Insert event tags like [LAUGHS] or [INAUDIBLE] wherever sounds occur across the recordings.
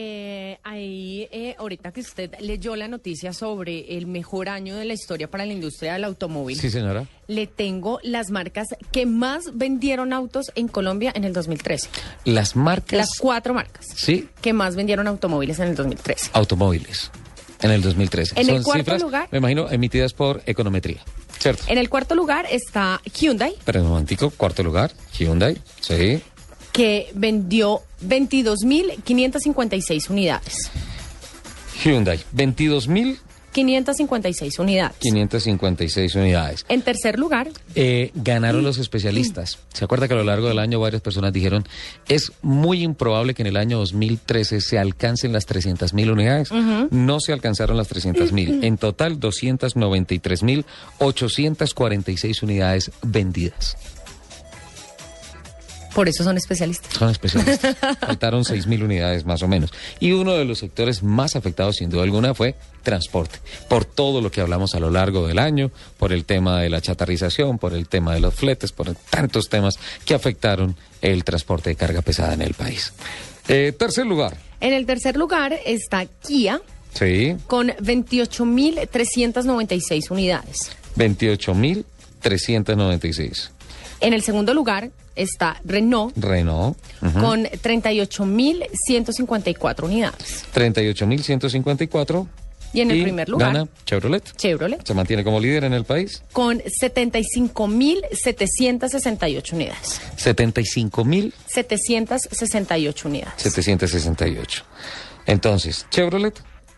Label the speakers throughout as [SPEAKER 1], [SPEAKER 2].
[SPEAKER 1] Eh, ahí, eh, ahorita que usted leyó la noticia sobre el mejor año de la historia para la industria del automóvil,
[SPEAKER 2] Sí, señora.
[SPEAKER 1] le tengo las marcas que más vendieron autos en Colombia en el 2013.
[SPEAKER 2] Las marcas.
[SPEAKER 1] Las cuatro marcas
[SPEAKER 2] Sí,
[SPEAKER 1] que más vendieron automóviles en el 2013.
[SPEAKER 2] automóviles. En el 2013.
[SPEAKER 1] En el
[SPEAKER 2] Son
[SPEAKER 1] cuarto
[SPEAKER 2] cifras,
[SPEAKER 1] lugar- Eh.
[SPEAKER 2] me imagino, emitidas por econometría. ¿Cierto?
[SPEAKER 1] En el cuarto lugar está Hyundai,
[SPEAKER 2] Pero un momentico, cuarto lugar, Hyundai. Sí.
[SPEAKER 1] que vendió 22.556 unidades.
[SPEAKER 2] Hyundai, 22.556
[SPEAKER 1] 556 unidades.
[SPEAKER 2] unidades.
[SPEAKER 1] En tercer lugar,
[SPEAKER 2] Eh, ganaron los especialistas. ¿Se acuerda que a lo largo del año varias personas dijeron, es muy improbable que en el año 2013 se alcancen las 300.000 unidades? No se alcanzaron las 300.000. En total, 293.846 unidades vendidas.
[SPEAKER 1] por eso son especialistas.
[SPEAKER 2] Son
[SPEAKER 1] [LAUGHS]
[SPEAKER 2] especialistas. Faltaron 6.000 unidades más o menos. Y uno de los sectores más afectados, sin duda alguna, fue transporte. Por todo lo que hablamos a lo largo del año, por el tema de la chatarrización, por el tema de los fletes, por tantos temas que afectaron el transporte de carga pesada en el país. Eh, tercer lugar.
[SPEAKER 1] En el tercer lugar está Kia
[SPEAKER 2] Sí,
[SPEAKER 1] con 28.396 unidades.
[SPEAKER 2] 28.396.
[SPEAKER 1] En el segundo lugar está Renault
[SPEAKER 2] Renault. ujú.
[SPEAKER 1] con 38.154 unidades.
[SPEAKER 2] 38.154.
[SPEAKER 1] Y en el primer lugar-
[SPEAKER 2] Gana Chevrolet.
[SPEAKER 1] Chevrolet
[SPEAKER 2] Se mantiene como líder en el país.
[SPEAKER 1] con 75.768 unidades.
[SPEAKER 2] 75.768.
[SPEAKER 1] 768 unidades.
[SPEAKER 2] Entonces, Chevrolet,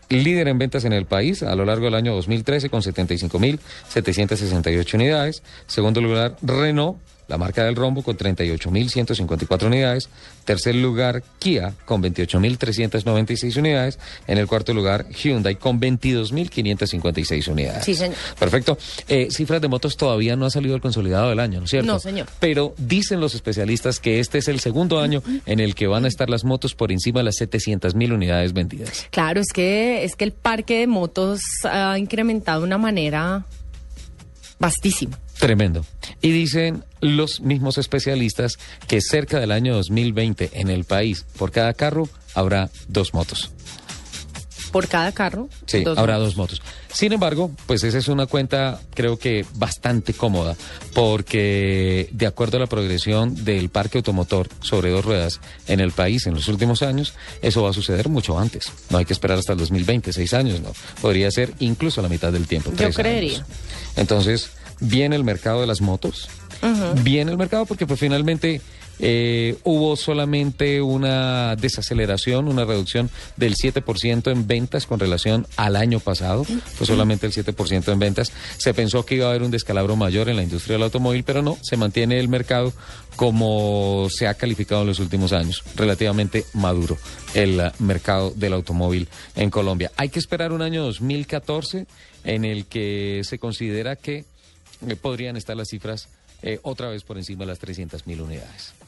[SPEAKER 2] líder en ventas en el país a lo largo del año 2013 con 75.768 unidades. Segundo lugar, Renault, la marca del rombo, con 38.154 unidades. Tercer lugar, Kia, con 28.396 unidades. En el cuarto lugar, Hyundai, con 22.556 unidades.
[SPEAKER 1] Sí, señor.
[SPEAKER 2] Perfecto. Eh, cifras de motos todavía no ha salido el consolidado del año, ¿no es cierto?
[SPEAKER 1] No, señor.
[SPEAKER 2] Pero dicen los especialistas que este es el segundo año en el que van a estar las motos por encima de las 700 mil unidades vendidas.
[SPEAKER 1] Claro, es que es que el parque de motos ha incrementado de una manera vastísima.
[SPEAKER 2] Tremendo. Y dicen los mismos especialistas que cerca del año 2020 en el país, por cada carro, habrá dos motos.
[SPEAKER 1] Por cada carro,
[SPEAKER 2] Sí,
[SPEAKER 1] dos
[SPEAKER 2] habrá
[SPEAKER 1] motos.
[SPEAKER 2] dos motos. Sin embargo, pues esa es una cuenta creo que bastante cómoda, porque de acuerdo a la progresión del parque automotor sobre dos ruedas en el país en los últimos años, eso va a suceder mucho antes. No hay que esperar hasta el 2020, seis años, no. Podría ser incluso la mitad del tiempo.
[SPEAKER 1] Yo
[SPEAKER 2] tres años.
[SPEAKER 1] creería.
[SPEAKER 2] Entonces, viene el mercado de las motos, viene el mercado porque pues finalmente eh, hubo solamente una desaceleración, una reducción del 7% en ventas con relación al año pasado, pues solamente el 7% en ventas. Se pensó que iba a haber un descalabro mayor en la industria del automóvil, pero no, se mantiene el mercado como se ha calificado en los últimos años, relativamente maduro el eh, mercado del automóvil en Colombia. Hay que esperar un año 2014 en el que se considera que eh, podrían estar las cifras eh, otra vez por encima de las 300.000 unidades.